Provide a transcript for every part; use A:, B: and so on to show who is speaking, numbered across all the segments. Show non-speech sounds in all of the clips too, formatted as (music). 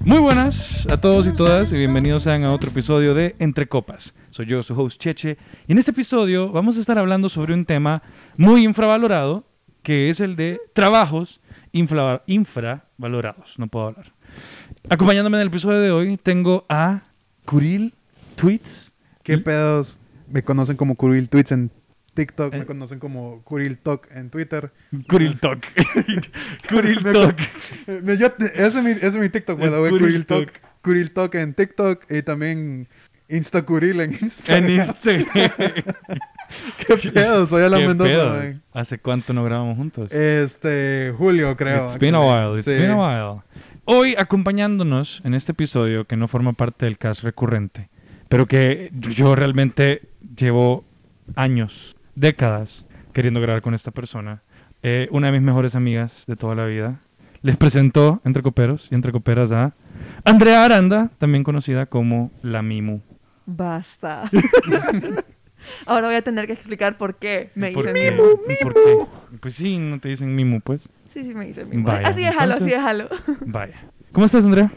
A: Muy buenas a todos y todas y bienvenidos sean a otro episodio de Entre Copas. Soy yo, su host Cheche, y en este episodio vamos a estar hablando sobre un tema muy infravalorado, que es el de trabajos infra- infravalorados. No puedo hablar. Acompañándome en el episodio de hoy tengo a Kuril Tweets.
B: ¿Qué pedos? Me conocen como Kuril Tweets en TikTok,
A: Eh.
B: me conocen como Kuril Talk en Twitter.
A: Kuril Talk. (laughs) Kuril
B: Me-
A: Talk.
B: Eh, me- yo- ese, es mi, ese es mi TikTok, by
A: El
B: the way,
A: Eh, Kuril
B: Kuril Talk.
A: Talk.
B: Kuril Talk en TikTok y también Insta Kuril en Instagram.
A: En (laughs) este.
B: (laughs) ¿Qué pedos? Soy Alan
A: ¿Qué
B: Mendoza,
A: pedo?
B: man.
A: ¿Hace cuánto no grabamos juntos?
B: Este, Julio, creo.
A: It's been a
B: actually.
A: while, it's
B: Sí.
A: been a while. Hoy acompañándonos en este episodio que no forma parte del cast recurrente, pero que yo realmente llevo años, décadas queriendo grabar con esta persona, eh, una de mis mejores amigas de toda la vida. Les presento entre coperos y entre coperas a Andrea Aranda, también conocida como la Mimu. (laughs)
C: Basta. (laughs) Ahora voy a tener que explicar por qué me
A: ¿Por qué?
C: dicen Mimu.
A: ¿Por qué? Pues sí, no te dicen Mimu, pues.
C: Sí, sí, me dicen Mimu.
A: Vaya,
C: así déjalo, así
A: entonces-
C: déjalo.
A: Vaya. ¿Cómo estás, Andrea?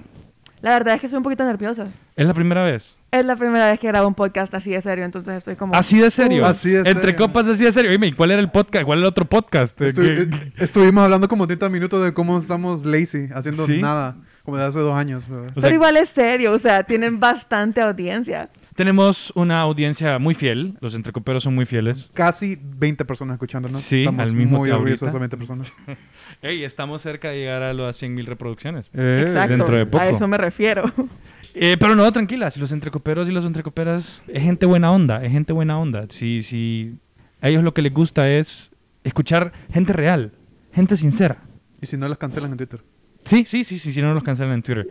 C: La verdad es que estoy un poquito nerviosa.
A: ¿Es la primera vez?
C: Es la primera vez que grabo un podcast así de serio, entonces estoy como...
A: Así de serio.
B: Uh, así de
A: Entre
B: serio.
A: copas, así de serio. Dime, ¿y cuál era el podcast? ¿Cuál era el otro podcast? Eh,
B: Estu-
A: que-
B: eh, estuvimos hablando como 30 minutos de cómo estamos lazy, haciendo
A: Sí.
B: nada, como de hace dos años. pero-
A: o sea,
C: Pero igual es serio, o sea, tienen bastante audiencia.
A: Tenemos una audiencia muy fiel. Los entrecoperos son muy fieles.
B: Casi 20 personas escuchándonos.
A: Sí,
B: Estamos
A: al mismo
B: muy
A: que
B: orgullosos de esas
A: ahorita.
B: 20 personas.
A: Ey, estamos cerca de llegar a las 100.000 reproducciones.
B: Eh,
C: Exacto.
A: dentro de poco.
C: A eso
A: (laughs)
C: me refiero.
A: Eh, pero no, tranquilas. Los entrecoperos y las entrecoperas es gente buena onda. Es gente buena onda. Si, si a ellos lo que les gusta es escuchar gente real, gente sincera.
B: Y si no, los cancelan en Twitter.
A: Sí, sí, sí, sí, si no los cancelan en Twitter.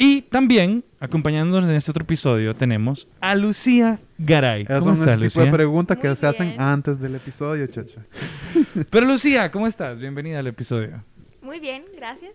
A: Y también, acompañándonos en este otro episodio, tenemos a Lucía Garay.
B: Esas
A: ¿Cómo
B: son
A: estás,
B: ese tipo de
A: Lucía?
B: preguntas este, que
D: Muy
B: se hacen
D: bien.
B: antes del episodio, chacha.
A: Pero Lucía, ¿cómo estás? Bienvenida al episodio.
D: Muy bien, gracias.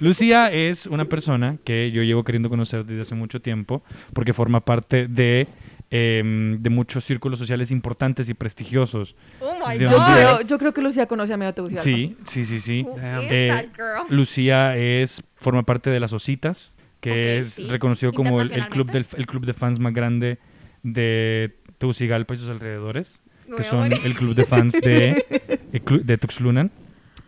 A: Lucía es una persona que yo llevo queriendo conocer desde hace mucho tiempo porque forma parte de, em, de muchos círculos sociales importantes y prestigiosos.
D: Oh
A: my
D: my
A: Dios
C: Yo
A: God.
D: god.
C: creo, yo creo que Lucía conoce a medio Tegucigalpa.
A: Sí, sí, sí, sí.
B: Damn.
A: Eh,
D: that girl?
A: Lucía es forma parte de las Ositas, que
D: Ok,
A: es
D: sí.
A: reconocido como el, el club del,
D: Internacionalmente.
A: el club de fans más grande de Tegucigalpa y sus alrededores, (laughs)
D: Me
A: que
D: voy a
A: son
D: morir.
A: el club de fans de, el clu- de Tuxlunan.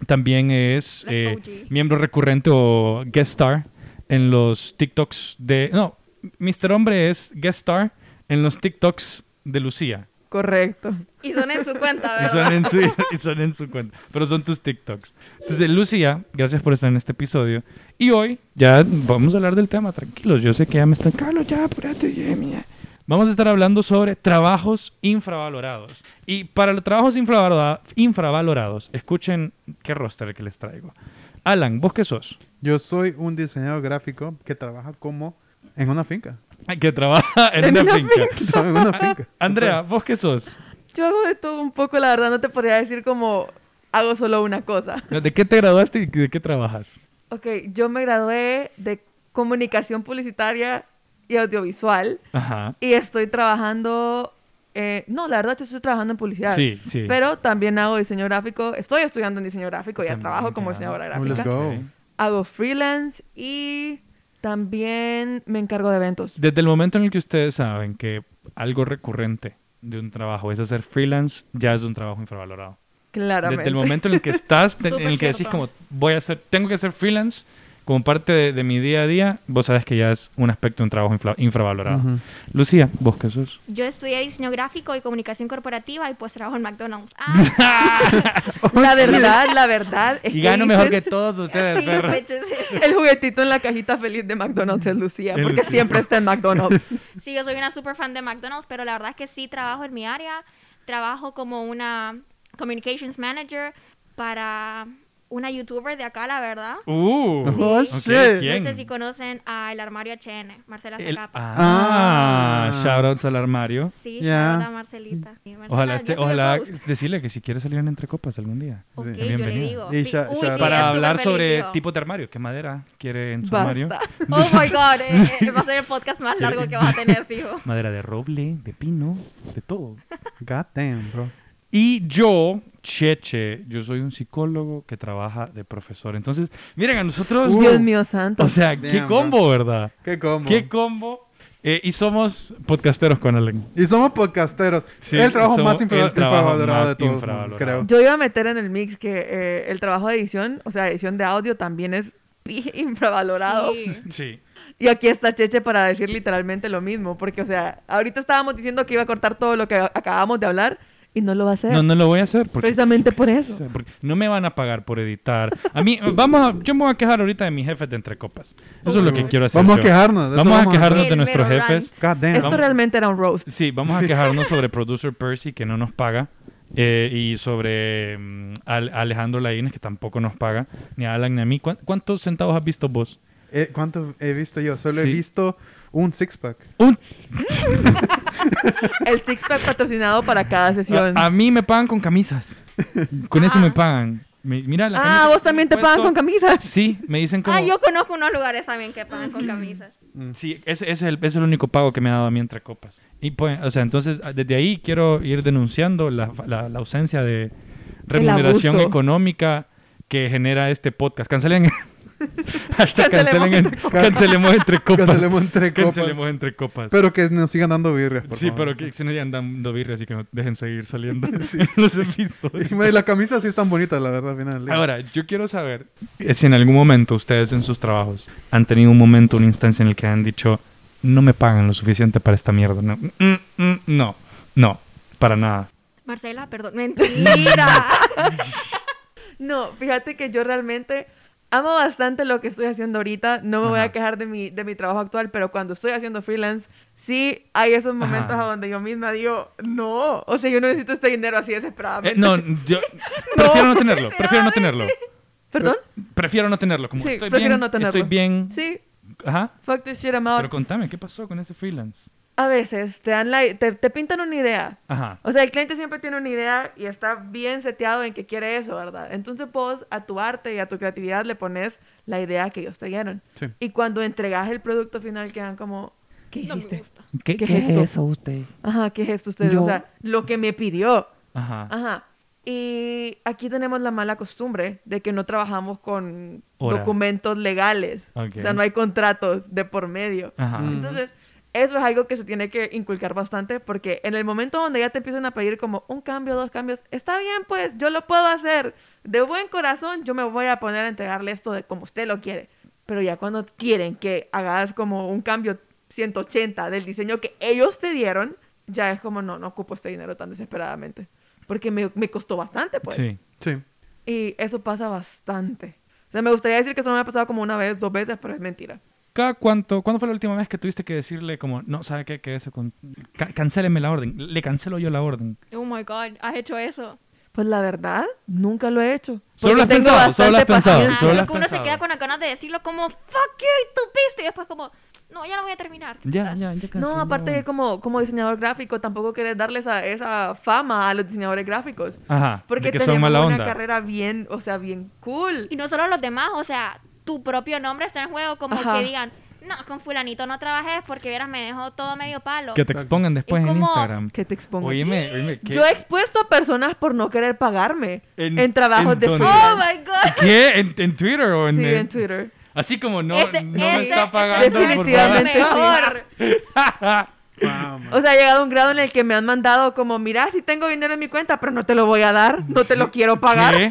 A: También es
D: Las
A: eh,
D: OG.
A: miembro recurrente o guest star en los TikToks de... No, Mr. Hombre es guest star en los TikToks de Lucía.
C: Correcto.
D: Y son en su cuenta,
A: (laughs) Y
D: ¿verdad?
A: son, en su, y son en su cuenta. Pero son tus TikToks. Entonces, Lucía, gracias por estar en este episodio. Y hoy ya vamos a hablar del tema, tranquilos. Yo sé que ya me están. Carlos, ya, apúrate, ya, mía". Vamos a estar hablando sobre trabajos infravalorados. Y para los trabajos infravalora- infravalorados, escuchen qué roster que les traigo. Alan, ¿vos qué sos?
B: Yo soy un diseñador gráfico que trabaja como en una finca.
A: Ay, Que trabaja en,
C: En
A: una
C: una
A: finca.
B: Estaba en una finca.
A: (laughs) Andrea, ¿vos qué sos?
C: Yo hago de todo un poco, la verdad no te podría decir como hago solo una cosa.
A: ¿De qué te graduaste y de qué trabajas?
C: Ok, yo me gradué de comunicación publicitaria y audiovisual
A: Ajá.
C: y estoy trabajando, eh, no, la verdad yo estoy trabajando en publicidad.
A: Sí, sí.
C: Pero también hago diseño gráfico, estoy estudiando en diseño gráfico, ya
A: También,
C: trabajo como
A: ya.
C: diseñadora
B: Oh, let's
C: gráfica.
B: go.
A: Ok.
C: Hago freelance y también me encargo de eventos.
A: Desde el momento en el que ustedes saben que algo recurrente de un trabajo es hacer freelance, ya es un trabajo infravalorado.
C: Claramente.
A: Desde el momento en el que estás, te- en
D: Súper
A: el que decís
D: cierto.
A: como voy a hacer, tengo que hacer freelance como parte de, de mi día a día, vos sabes que ya es un aspecto de un trabajo infla- infravalorado.
B: Ujú.
A: Lucía, vos qué sos.
D: Yo estudié diseño gráfico y comunicación corporativa y pues trabajo
A: (laughs)
D: en McDonald's. Ah,
C: (laughs) La verdad, la verdad es
A: Y gano
C: dicen-
A: mejor que todos ustedes,
D: sí,
A: perro.
D: bitches.
C: El juguetito en la cajita feliz de McDonald's es Lucía,
A: Es
C: porque
A: Lucía. (laughs)
C: siempre está en McDonald's.
D: Sí, yo soy una super fan de McDonald's, pero la verdad es que sí trabajo en mi área. Trabajo como una communications manager para una youtuber de acá, la verdad.
A: Uh,
B: Oh,
A: ok,
B: shit.
A: ¿quién?
D: No sé si conocen al armario HN, Marcela
A: El-
D: Zacapa.
A: ah,
B: Ah.
A: shoutouts al armario.
D: Sí,
B: Ya.
D: shout out a Marcelita. Sí, Marcela,
A: Ojalá,
D: yo
A: este,
D: soy el
A: ojalá
D: host.
A: decirle que si quiere salir en Entre Copas algún día.
D: Ok,
B: Sí.
D: yo le
A: Bienvenida.
D: digo.
B: Y
D: Sí,
B: sha-
D: uy,
B: sha-
D: sí,
A: para
D: es
A: hablar
D: superfeliz,
A: sobre
D: digo.
A: tipo de armario. ¿Qué madera quiere en su
C: Basta.
A: armario?
D: (laughs) Oh my
A: (laughs)
D: god, eh, eh, va a ser el podcast más largo que vas a tener, fijo.
A: Madera de roble, de pino, de todo.
B: God damn, bro.
A: Y yo, Cheche, yo soy un psicólogo que trabaja de profesor. Entonces, miren, a nosotros... uh,
C: Dios mío santo.
A: O sea,
B: Damn,
A: qué
B: bro.
A: combo, ¿verdad?
B: ¿Qué como?
A: Qué combo. Eh, y somos podcasteros con Allen.
B: Y somos podcasteros.
A: Sí,
B: el trabajo
A: somos
B: más infra-
A: el trabajo
B: infravalorado
A: más
B: de todos,
A: infravalorado.
B: creo.
C: Yo iba a meter en el mix que eh, el trabajo de edición, o sea, edición de audio también es (laughs) bien infravalorado.
D: Sí.
A: Sí.
C: Y aquí está Cheche para decir literalmente lo mismo, porque, o sea, ahorita estábamos diciendo que iba a cortar todo lo que acabamos de hablar y no lo va a hacer.
A: No, no lo voy a hacer porque
C: precisamente por
A: O
C: eso.
A: sea, porque no me van a pagar por editar. A mí, eh, vamos a- yo me voy a quejar ahorita de mi jefe de entre copas. Eso es lo que quiero hacer.
B: Vamos a
A: yo.
B: quejarnos, de eso
A: Vamos, a
B: vamos a
A: quejarnos
D: hacer.
A: de nuestros
D: El mero
A: jefes.
B: God damn.
C: Esto
A: vamos.
C: realmente era un roast.
A: Sí, vamos a quejarnos sobre producer Percy, que no nos paga. eh, y sobre mm, Al- Alejandro Laínez, que tampoco nos paga. Ni a Alan ni a mí. ¿Cuán- ¿Cuántos centavos has visto vos?
B: Eh, ¿Cuánto he visto yo? Solo
A: Sí.
B: he visto un six-pack.
A: Un-
C: El six-pack patrocinado para cada sesión.
A: a, a mí me pagan con camisas. Con eso
D: Ah.
A: me pagan. Mi- mira la
C: Ah,
A: camisa
C: vos
A: que
C: también te
A: tengo
C: pagan con
A: puesto.
C: camisas.
A: Sí, me dicen como...
D: Ah, yo conozco unos lugares también que pagan con camisas.
A: Sí, ese, ese es el, ese es el único pago que me ha dado a mí entre copas. Y pues, o sea, entonces a- desde ahí quiero ir denunciando la, la- la ausencia de remuneración
C: abuso.
A: económica que genera este podcast.
C: (laughs)
A: Cancelen. Hashtag cancelen
C: Cancelemos
A: en-
C: entre
A: cancelemos entre copas.
B: Cancelemos entre
A: (laughs)
B: copas.
A: Cancelemos entre copas.
B: Pero que nos sigan dando birrias, por
A: sí,
B: favor.
A: pero que se nos vayan dando birria, así que no dejen seguir saliendo en (laughs) los episodios.
B: (laughs) Y las camisas sí están bonitas, la verdad, al final. del día.
A: Ahora, yo quiero saber eh, si en algún momento ustedes en sus trabajos han tenido un momento, una instancia en el que han dicho, no me pagan lo suficiente para esta mierda. No, mm, mm, no, no, para nada.
D: Marcela, perdón, mentira.
A: (laughs)
C: No, fíjate que yo realmente amo bastante lo que estoy haciendo ahorita. No me voy
A: Ajá.
C: a quejar de mi, de mi trabajo actual, pero cuando estoy haciendo freelance, sí hay esos momentos
A: Ajá.
C: a donde yo misma digo, no, o sea, yo no necesito este dinero así
A: Eh,
C: desesperadamente.
A: no,
C: (laughs)
A: yo prefiero no
C: pues,
A: tenerlo, prefiero no tenerlo.
C: ¿Perdón?
A: Prefiero no tenerlo, como
C: Sí,
A: estoy
C: prefiero
A: bien,
C: no tenerlo.
A: estoy bien,
C: Sí,
A: ajá.
C: fuck this shit, I'm out.
A: Pero contame, ¿qué pasó con ese freelance?
C: A veces te dan la, te, te pintan una idea.
A: Ajá.
C: O sea, el cliente siempre tiene una idea y está bien seteado en que quiere eso, ¿verdad? Entonces vos a tu arte y a tu creatividad le pones la idea que ellos te dieron.
B: Sí.
C: Y cuando entregas el producto final quedan como, ¿qué hiciste?
A: ¿Qué,
C: qué es esto?
E: eso usted?
C: Ajá, ¿qué es esto usted?
E: Yo-
C: O sea, lo que me pidió.
A: Ajá.
C: Ajá. Y aquí tenemos la mala costumbre de que no trabajamos con
A: Hora.
C: documentos legales.
A: Ok.
C: O sea, no hay contratos de por medio.
A: Ajá.
B: Mm.
C: Entonces, eso es algo que se tiene que inculcar bastante porque en el momento donde ya te empiezan a pedir como un cambio, dos cambios, está bien, pues yo lo puedo hacer. De buen corazón, yo me voy a poner a entregarle esto de como usted lo quiere. Pero ya cuando quieren que hagas como un cambio 180 del diseño que ellos te dieron, ya es como no, no ocupo este dinero tan desesperadamente. Porque me, me costó bastante, pues.
A: Sí.
B: Sí.
C: Y eso pasa bastante. O sea, me gustaría decir que solo me ha pasado como una vez, dos veces, pero es mentira.
A: ¿Cada cuánto? ¿Cuándo fue la última vez que tuviste que decirle como, no, ¿sabe qué? Que eso con... ca- cancéleme la orden. Le cancelo yo la orden.
D: Oh my god, has hecho eso.
C: Pues la verdad, nunca lo he hecho.
A: Solo lo has
C: Porque tengo
A: pensado, solo lo has
C: bastante
A: pensado,
D: Ah,
C: paciencia.
A: solo lo
D: creo
A: has
D: que uno se
A: pensado.
D: queda con la ganas de decirlo como fuck you, y tú viste", y después como no, ya lo voy a terminar.
A: Ya, ya, ya cancelé
C: No,
A: la
C: aparte
A: orden.
C: que como, como diseñador gráfico tampoco quieres darle esa, esa fama a los diseñadores gráficos.
A: Ajá.
C: Porque
A: de que
C: tenemos
A: son mala
C: una
A: onda.
C: carrera bien, o sea, bien cool.
D: Y no solo los demás, o sea, tu propio nombre está en juego, como
C: Ajá.
D: que digan, no, con fulanito no trabajé porque vieras me dejó todo medio palo.
A: Que te expongan después
D: Es
A: en
D: como-
A: Instagram.
C: Que te expongo.
A: Óyeme, óyeme. ¿qué?
C: Yo he expuesto a personas por no querer pagarme
A: ¿En-
C: en, trabajos
A: en
C: de
A: dónde?
C: freelance.
D: Oh my god.
A: ¿Qué? ¿En, en Twitter o en,
C: Sí,
A: el-
C: en Twitter.
A: Así como no,
D: Ese-
A: no
D: ese-
A: me está
D: ese-
A: pagando. Ah,
C: Definitivamente
A: (laughs) por
C: sí.
A: favor.
C: O sea, ha llegado a un grado en el que me han mandado como, mira, si tengo dinero en mi cuenta, pero no te lo voy a dar, no te lo quiero pagar.
A: ¿Qué?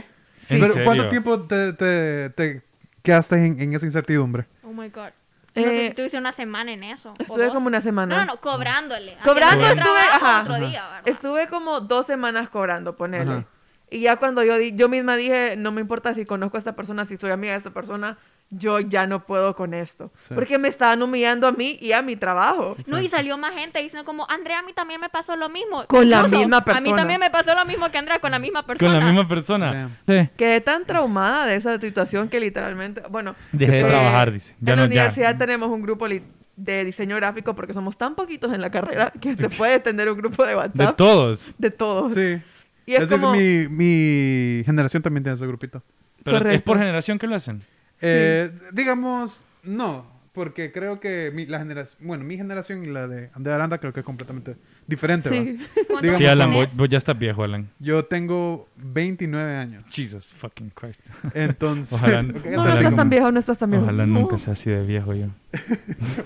A: ¿En
B: Pero
A: serio?
B: ¿cuánto tiempo te, te, te quedaste en, en esa incertidumbre?
D: Oh my god. Y No sé
C: Eh,
D: si tuviste una semana en eso. o
C: Estuve
D: dos.
C: como una semana. Mm.
D: No, no, no, cobrándole.
C: Cobrando
D: Haciendo el
C: estuve,
D: trabajo
C: ajá.
D: Otro
C: Ajá.
D: día, ¿verdad?
C: Estuve como dos semanas cobrando, ponele.
B: Ajá.
C: Y ya cuando yo, di- yo misma dije, no me importa si conozco a esta persona, si soy amiga de esta persona, yo ya no puedo con esto.
B: Sí.
C: Porque me estaban humillando a mí y a mi trabajo.
D: No, y salió más gente diciendo como, Andrea, a mí también me pasó lo mismo.
C: Con la misma
D: A mí
C: persona.
D: también me pasó lo mismo que Andrea, con la misma persona.
A: Con la misma persona. Sí.
C: Quedé tan traumada de esa situación que literalmente, bueno,
A: Dejé de
C: eh,
A: trabajar, dice. Ya
C: en
A: no,
C: la
A: ya.
C: universidad tenemos un grupo li- de diseño gráfico porque somos tan poquitos en la carrera (laughs) que se puede tener un grupo de
A: De
C: WhatsApp de,
A: todos.
C: todos.
B: Sí.
C: Y es,
B: Es decir,
C: como,
B: mi, mi generación también tiene ese grupito.
A: Pero es
C: Correcto.
A: por generación que lo hacen.
B: Eh, digamos, no, porque creo que mi, la generación, bueno, mi generación y la de Andrea Aranda creo que es completamente diferente, ¿va?
C: Sí.
D: ¿Cuántos
A: Sí,
B: Digamos,
A: Alan,
D: años
A: vos,
D: tenés?
A: vos ya estás viejo, Alan.
B: Yo tengo 29 años.
A: Jesus fucking Christ.
B: Entonces. (laughs)
A: Ojalá-
B: Ok,
A: ojalá
C: No, no
A: Ojalá
C: estás
A: como-
C: tan viejo, no estás tan viejo.
A: Ojalá nunca sea así de viejo yo.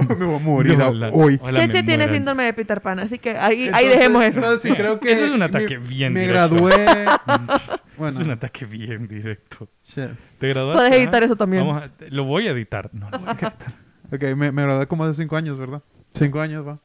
B: me voy a morir
A: Ojalá-
B: hoy.
A: ojalá me
C: Cheche tiene
A: muera.
C: síndrome de Peter Pan, así que ahí, ahí
B: Entonces-
C: dejemos eso.
B: Entonces, creo que.
A: Eso es un
B: mi-
A: ataque bien
B: Me
A: directo.
B: gradué. bueno,
A: Es un ataque bien directo.
B: shit.
A: ¿Te graduaste?
C: Puedes
A: ajá?
C: editar eso también.
A: Vamos a- lo voy a editar. No, lo voy a editar. (laughs)
B: Ok, me, me gradué como hace 5 años, ¿verdad? 5 años, va.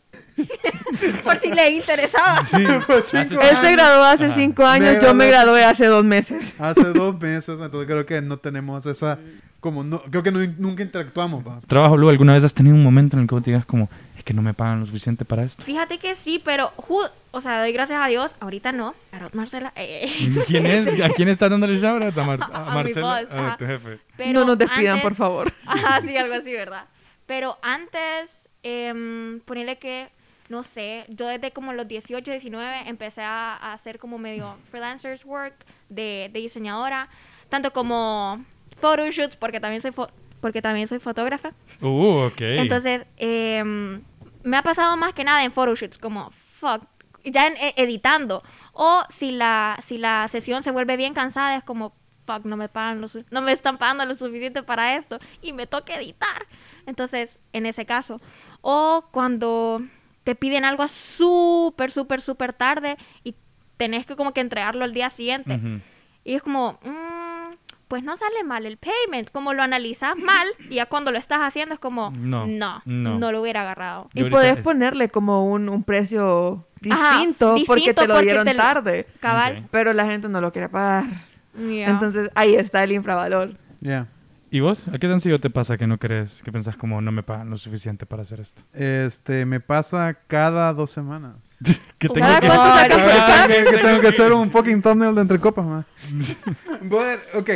D: Por si le interesaba.
A: (laughs)
D: (laughs)
A: Sí.
B: Pues sí,
A: haces-
B: güey.
C: Él se graduó hace
A: Ajá.
C: cinco
B: Me
C: años, yo me
B: gradué-
C: gradué hace dos meses.
B: Hace dos meses, entonces creo que no tenemos esa. Como no, creo que no- nunca interactuamos, va.
A: Trabajo, luego, ¿alguna vez has tenido un momento en el que vos digas como, es que no me pagan lo suficiente para esto?
D: Fíjate que sí, pero, ju- o sea, doy gracias a Dios, ahorita no. Pero, Marcela, eh, (laughs)
A: ¿Quién es? ¿A quién estás dándole shout out? A, Mar- a
D: A mi
A: Marcela,
D: boss,
A: a
D: ajá.
A: tu jefe.
D: pero
C: no nos despidan,
D: antes-
C: por favor.
D: Ajá, Ah, sí, algo así, ¿verdad? Pero antes, em, ponerle que, no sé, yo desde como los 18, 19 empecé a, a hacer como medio freelancers work de, de diseñadora, tanto como photoshoots, porque también soy, fo- porque también soy fotógrafa.
A: Uh, ok.
D: Entonces, em, me ha pasado más que nada en photoshoots, como, fuck, ya en- e- editando. O si la, si la sesión se vuelve bien cansada, es como, fuck, no me, pagan lo su- no me están pagando lo suficiente para esto y me toca editar. Entonces, en ese caso. O cuando te piden algo súper, súper, súper tarde y tenés que como que entregarlo al día siguiente.
A: Ujú.
D: Y es como, mm, pues no sale mal el payment, como lo analizas mal y ya cuando lo estás haciendo es como,
A: No,
D: no, no,
A: no.
D: lo hubiera agarrado.
A: Yo
C: Y
A: ahorita-
C: podés ponerle como un, un precio
D: Ajá,
C: distinto, porque
D: distinto
C: te lo
D: porque
C: dieron
D: te lo-
C: tarde.
D: Cabal.
C: Pero la gente no lo quiere pagar.
D: Ya.
C: Entonces ahí está el infravalor.
B: Ya.
A: ¿Y vos? ¿A qué tan sigo te pasa que no crees, que pensás como, no me pagan lo suficiente para hacer esto?
B: Este, me pasa cada dos semanas.
A: que tengo
C: Cada
A: que...
C: cuánto
D: Ay,
C: sacas
B: Ah,
C: presupuesto.
B: que, que tengo que hacer un fucking thumbnail de entre copas, man. (laughs) bueno, ok.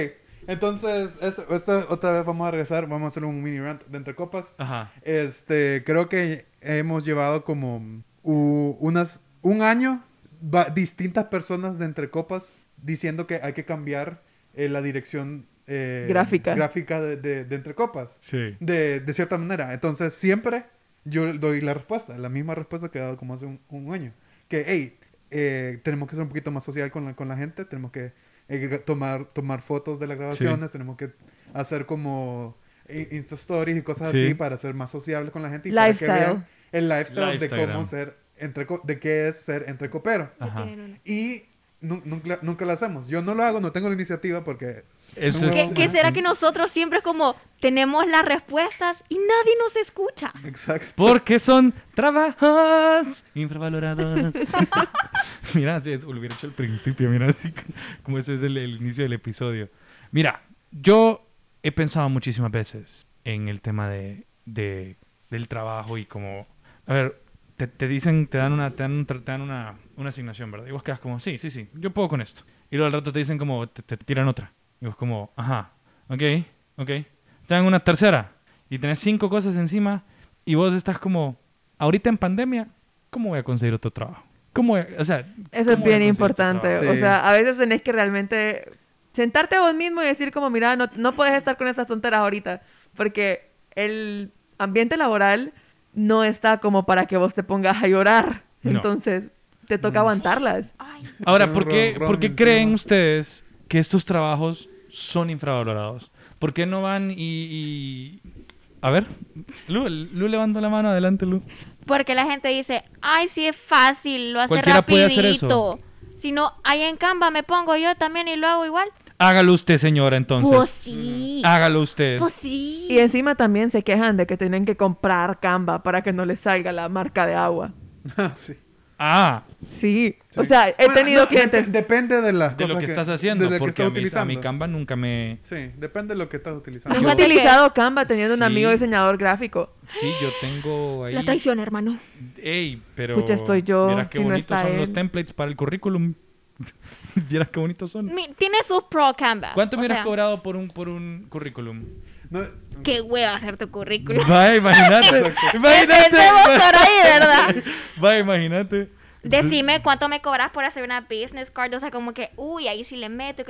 B: Entonces, esto- esto- otra vez vamos a regresar. Vamos a hacer un mini rant de entre copas.
A: Ajá.
B: Este, creo que hemos llevado como u- unas, un año va- distintas personas de entre copas diciendo que hay que cambiar eh, la dirección eh,
C: Gráfica.
B: gráfica de, de- de entre copas.
A: Sí.
B: De, de cierta manera. Entonces, siempre yo doy la respuesta, la misma respuesta que he dado como hace un, un año. Que, hey, eh, tenemos que ser un poquito más social con la, con la gente, tenemos que eh, gra- tomar, tomar fotos de las grabaciones, tenemos que hacer como i- Insta Stories y cosas
A: Sí.
B: así para ser más sociables con la gente y para que
C: Lifestyle.
B: vean el lifestyle de
A: Lifestyle.
B: cómo ser entre co- de qué es ser entre copero.
D: Ya
A: Ajá.
D: tienen una.
B: Y nu- nunca, nunca lo hacemos. Yo no lo hago, no tengo la iniciativa porque... (laughs)
A: Eso
B: son
A: es-
D: ¿Qué,
B: huevos,
D: qué
B: man.
D: será que nosotros siempre es como tenemos las respuestas y nadie nos escucha?
B: Exacto.
A: Porque son trabajos infravalorados. (laughs) mira, así es, lo hubiera hecho al principio, mira, así (laughs) como ese es el, el inicio del episodio. Mira, yo he pensado muchísimas veces en el tema de, de- del trabajo y como, a ver, te, te dicen, te dan, una, te dan, un tra- te dan una, una asignación, ¿verdad? Y vos quedas como, sí, sí, sí, yo puedo con esto. Y luego al rato te dicen como, te, te tiran otra. Y vos como, ajá, ok, ok. Te dan una tercera y tenés cinco cosas encima y vos estás como, ahorita en pandemia, ¿cómo voy a conseguir otro trabajo? ¿Cómo voy a- o sea,
C: Eso es
A: ¿cómo voy a conseguir este otro
C: bien importante.
A: trabajo?
B: trabajo.
C: O
B: Sí.
C: sea, a veces tenés que realmente sentarte a vos mismo y decir como, mira, no, no puedes estar con esas tonteras ahorita, porque el ambiente laboral no está como para que vos te pongas a llorar.
A: No.
C: Entonces, te toca aguantarlas.
D: Ay,
A: Ahora,
B: Ron,
A: ¿por qué,
B: ron, ron
A: por qué
B: encima.
A: creen ustedes que estos trabajos son infravalorados? ¿Por qué no van y... y- A ver, Lu, Lu levantó la mano, adelante Lu.
D: Porque la gente dice, ay, sí es fácil, lo hace
A: Cualquiera puede hacer
D: rapidito. Si no, ahí en Canva me pongo yo también y lo hago igual.
A: Hágalo usted, señora, entonces. mm, ah,
D: pues sí.
A: Hágalo usted.
D: Pues sí.
C: Y encima también se quejan de que tienen que comprar Canva para que no les salga la marca de agua.
B: sí.
A: Ah,
C: Sí.
B: Sí.
C: O sea, he
B: Bueno,
C: tenido
B: no,
C: clientes.
B: dep- depende de las
A: de
B: cosas
A: lo que, estás haciendo,
B: de lo que
A: porque
B: estás
A: a mí- a, mi,
B: utilizando.
A: Canva nunca me...
B: Sí, depende de lo que estás utilizando.
C: Nunca he
D: Yo-
C: utilizado Canva teniendo un amigo
A: Sí.
C: diseñador gráfico.
A: Sí, yo tengo ahí...
D: La traición, hermano.
A: Ey, pero...
C: Pucha, estoy yo,
A: Mira qué
C: si no
A: bonitos
C: está
A: son los
C: él.
A: templates para el currículum. (laughs) Vieras qué bonitos son.
D: Mi- tiene sus pro Canva.
A: ¿Cuánto me
D: O
A: hubieras
D: sea,
A: cobrado por un, por un currículum?
B: No,
D: Qué hueva hacer tu
A: (laughs)
D: currículum. (laughs)
A: Vaya, imagínate. imagínate.
D: Empecemos por ahí,
A: (laughs)
D: ¿verdad?
A: Vaya, imagínate.
D: Decime cuánto me cobras por hacer una business card. O sea, como que, uy, ahí sí le meto.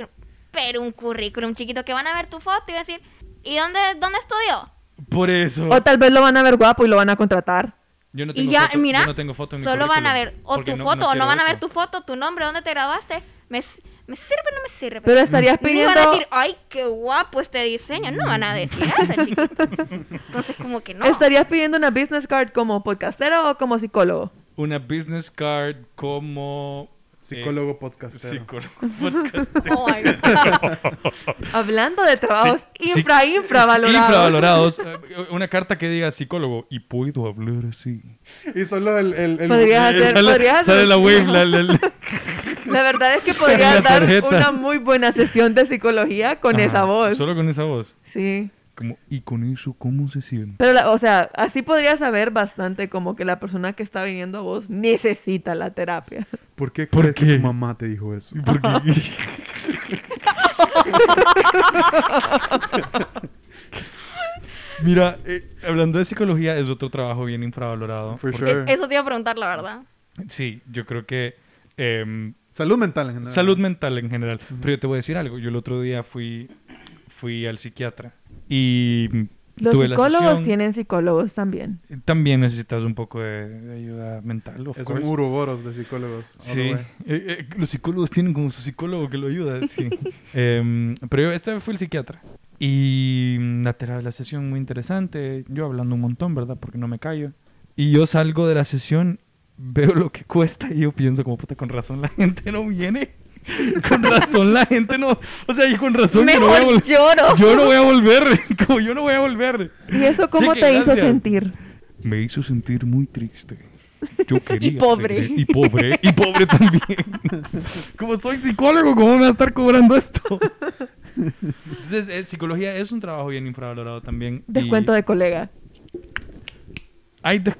D: Pero un currículum chiquito que van a ver tu foto y van a decir, ¿y dónde, dónde estudió?
A: Por eso.
C: O tal vez lo van a ver guapo y lo van a contratar.
A: Yo no tengo
D: Y ya,
A: foto,
D: mira,
A: yo no tengo foto en mi
D: solo van a ver
A: currículum,
D: o
A: porque
D: tu
A: no-
D: foto o no
A: quiero
D: van a ver
A: eso.
D: tu foto, tu nombre, dónde te graduaste. ¿Me, s- me sirve o no me sirve?
C: Pero estarías
D: Ni
C: pidiendo...
D: van a decir, ay, qué guapo este diseño. No van a decir eso,
A: (laughs)
D: chiquito. Entonces, como que no.
A: Este
C: ¿Estarías pidiendo una business card como podcastero o como psicólogo?
A: Una business card como... eh,
B: Psicólogo podcastero.
A: Psicólogo
D: (laughs)
A: podcastero. (laughs)
D: Oh, my God.
C: Hablando de trabajos
A: Sí, sí.
C: infra, infravalorados.
A: Infravalorados. Eh, Una carta que diga psicólogo y puedo hablar así.
B: Y solo el... el, el-
C: Podría-
D: Ah,
C: Podrías
A: Eh, (laughs)
C: hacer-
A: sale,
C: podrías hacer-
A: sale la wave. la- la- la-
C: La verdad es que podría
A: La
C: dar
A: tarjeta.
C: una muy buena sesión de psicología con
A: Ajá,
C: esa voz.
A: Solo con esa voz.
C: Sí.
A: Como, ¿y con eso cómo se siente?
C: Pero, la- o sea, así podrías saber bastante como que la persona que está viniendo a vos necesita la terapia.
B: ¿Por qué
A: ¿Por
B: crees que
A: qué?
B: tu mamá te dijo eso?
A: Porque... Mira, eh, hablando de psicología, es otro trabajo bien infravalorado.
B: For
A: porque-
B: sure.
D: E- Eso te iba a preguntar, la verdad.
A: Sí, yo creo que em,
B: Salud mental en general.
A: salud mental en general. Pero yo te voy a decir algo. Yo el otro día fui, fui al psiquiatra y (laughs)
C: Los
A: tuve la
C: psicólogos
A: sesión.
C: tienen psicólogos también.
A: También necesitas un poco de, de ayuda mental, of
B: Es
A: course.
B: un uroboros de psicólogos. all the
A: Sí,
B: way.
A: Eh, eh, los psicólogos tienen como su psicólogo que lo ayuda. sí. Em, pero yo esta vez fui el psiquiatra. Y mm, la, tera- la sesión muy interesante. Yo hablando un montón, ¿verdad? Porque no me callo. Y yo salgo de la sesión, veo lo que cuesta y yo pienso como, puta, con razón la gente no viene. (laughs) Con razón la gente no... O sea, y con razón yo no voy a
D: Mejor
A: volver.
D: lloro.
A: Yo no voy a volver. (laughs) Como yo no voy a volver.
C: ¿Y eso cómo
A: Chiqui,
C: te hizo
A: gracias.
C: sentir?
A: Me hizo sentir muy triste.
C: (laughs)
A: Yo quería
D: pobre.
A: regre- Y pobre. Y pobre también. (laughs) Como soy psicólogo, ¿cómo me va a estar cobrando esto? Entonces, eh, psicología es un trabajo bien infravalorado también. y
C: Descuento de colega.
A: Hay des-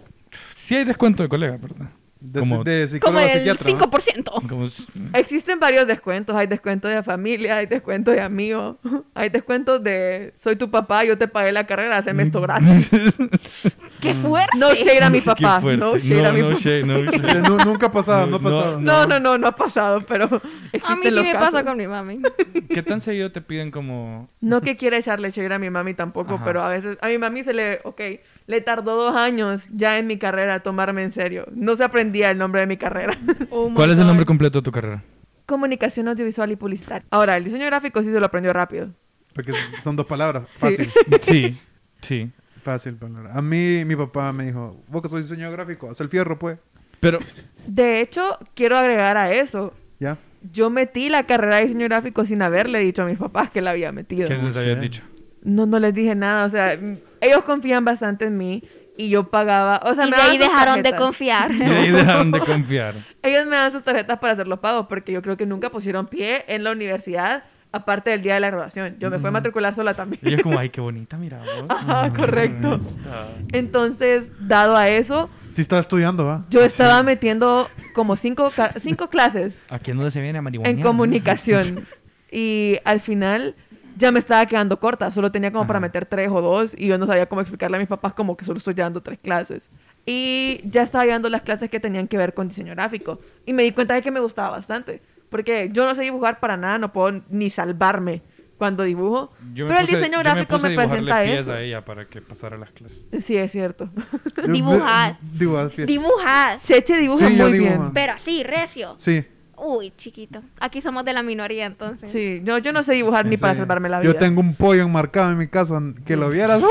A: Sí hay descuento de colega, ¿verdad?
B: De,
A: Como-
B: de
D: Como
B: psicólogo a
D: el
B: psiquiatra. ¿no?
C: Oh,
D: 5%.
A: Como s-
C: Existen varios descuentos. Hay descuento de familia, hay descuento de amigos, (laughs) hay descuentos de soy tu papá, yo te pagué la carrera,
A: (laughs)
C: hazme esto gratis.
D: (laughs) ¡Qué
B: Mm.
D: fuerte!
C: No shade a mi
A: Sí, Mm. qué
C: papá.
A: fuerte.
C: No shade a mi
A: no
C: papá.
A: shade,
C: (laughs)
A: no shade.
B: No, nunca ha pasado, no, ha
A: No, no.
B: pasado.
C: No, no, no, no ha pasado, pero (laughs)
D: A mí
C: existen
D: sí
C: los
D: me
C: casos.
D: pasa con mi (laughs) mami.
A: ¿Qué tan seguido te piden como...
C: No que quiera echarle shade a mi mami tampoco,
A: Ajá.
C: pero a veces a mi mami se le, ok, le tardó dos años ya en mi carrera tomarme en serio. No se aprendía el nombre de mi carrera.
D: (laughs) Oh, my
A: ¿Cuál es el
D: God.
A: nombre completo de tu carrera?
C: Comunicación audiovisual y publicidad. Ahora, el diseño gráfico sí se lo aprendió rápido.
B: Porque son dos palabras. Fácil.
A: Sí, sí.
B: Fácil palabra. A mí, mi papá me dijo, vos que soy diseñador gráfico, haz el fierro, pues.
A: Pero...
C: De hecho, quiero agregar a eso.
B: Ya.
C: Yo metí la carrera de diseño gráfico sin haberle dicho a mis papás que la había metido.
A: ¿Qué les habías
B: shit.
A: dicho?
C: No, no les dije nada. O sea, mm, ellos confían bastante en mí y yo pagaba. O sea,
D: Y
C: me
D: de
C: daban
D: ahí
C: sus
D: dejaron de
B: (laughs)
C: tarjetas.
D: confiar.
A: Y ahí dejaron de confiar.
C: Ellos me dan sus tarjetas para hacer los pagos porque yo creo que nunca pusieron pie en la universidad aparte del día de la graduación. Yo me fui a matricular sola también. (laughs)
A: Y es como, ay, qué bonita, mira vos.
C: Ajá, correcto. Entonces, dado a eso,
B: Si está estudiando,
C: (laughs)
B: va.
C: yo estaba metiendo como cinco, ca- cinco clases
A: ¿A quién no se viene a marihuana? (laughs)
C: en comunicación y al final ya me estaba quedando corta. Solo tenía como para
A: Ajá.
C: meter tres o dos y yo no sabía cómo explicarle a mis papás como que solo estoy llevando tres clases. Y ya estaba llevando las clases que tenían que ver con diseño gráfico. Y me di cuenta de que me gustaba bastante. Porque yo no sé dibujar para nada, no puedo ni salvarme cuando dibujo.
A: Yo me
C: Pero el
A: puse-
C: diseño
A: yo
C: gráfico
A: puse
C: me,
A: a dibujarle
C: presenta
A: pies
C: eso.
A: a ella para que pasara las clases.
C: Sí, es cierto. (laughs)
D: Dibujar.
B: Dibujar. fierro.
D: Dibujar.
C: Cheche dibuja
B: Sí, yo
C: muy
B: dibujo.
C: bien.
D: Pero así, recio.
B: Sí.
D: Uy, chiquito. Aquí somos de la minoría, entonces.
C: Sí, yo, yo no sé dibujar ni
B: Sí.
C: para salvarme la vida.
B: Yo tengo un pollo enmarcado en mi casa, que lo
D: (laughs)
B: vieras.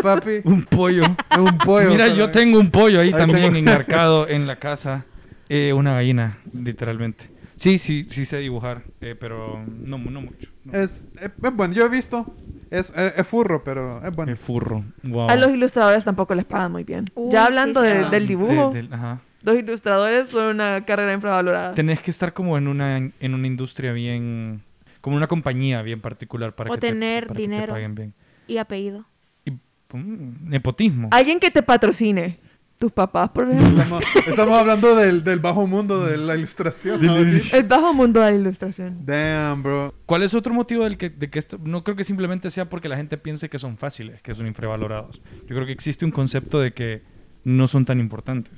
B: Papi,
A: (laughs) Un
C: (laughs)
A: pollo.
B: es un pollo.
A: Mira, yo tengo un pollo ahí
B: Ahí
A: también
B: tengo.
A: enmarcado (laughs) en la casa. Eh, una gallina, literalmente. Sí, sí, sí sé dibujar, eh, pero no, mu- no mucho. no.
B: Es, es, es bueno, yo he visto. Es, es, es furro, pero es bueno.
A: Qué furro. Wow.
C: A los ilustradores tampoco les pagan muy bien.
D: Uy,
C: ya hablando
D: sí,
C: de-
D: sí.
C: del dibujo,
A: De- del- ajá.
C: los ilustradores son una carrera infravalorada.
A: Tenés que estar como en una, en una industria bien... Como una compañía bien particular para
D: O
A: que te-
D: tener
A: para que te
D: dinero.
A: paguen bien.
D: Y apellido.
A: Y, mm, nepotismo.
C: Alguien que te patrocine. Tus papás, por
A: (laughs)
C: ejemplo.
B: Estamos, estamos hablando del, del bajo mundo de la ilustración. ¿no?
C: El bajo mundo de la ilustración.
B: Damn, bro.
A: ¿Cuál es otro motivo del que, de que esto, no creo que simplemente sea porque la gente piense que son fáciles, que son infravalorados? Yo creo que existe un concepto de que no son tan importantes.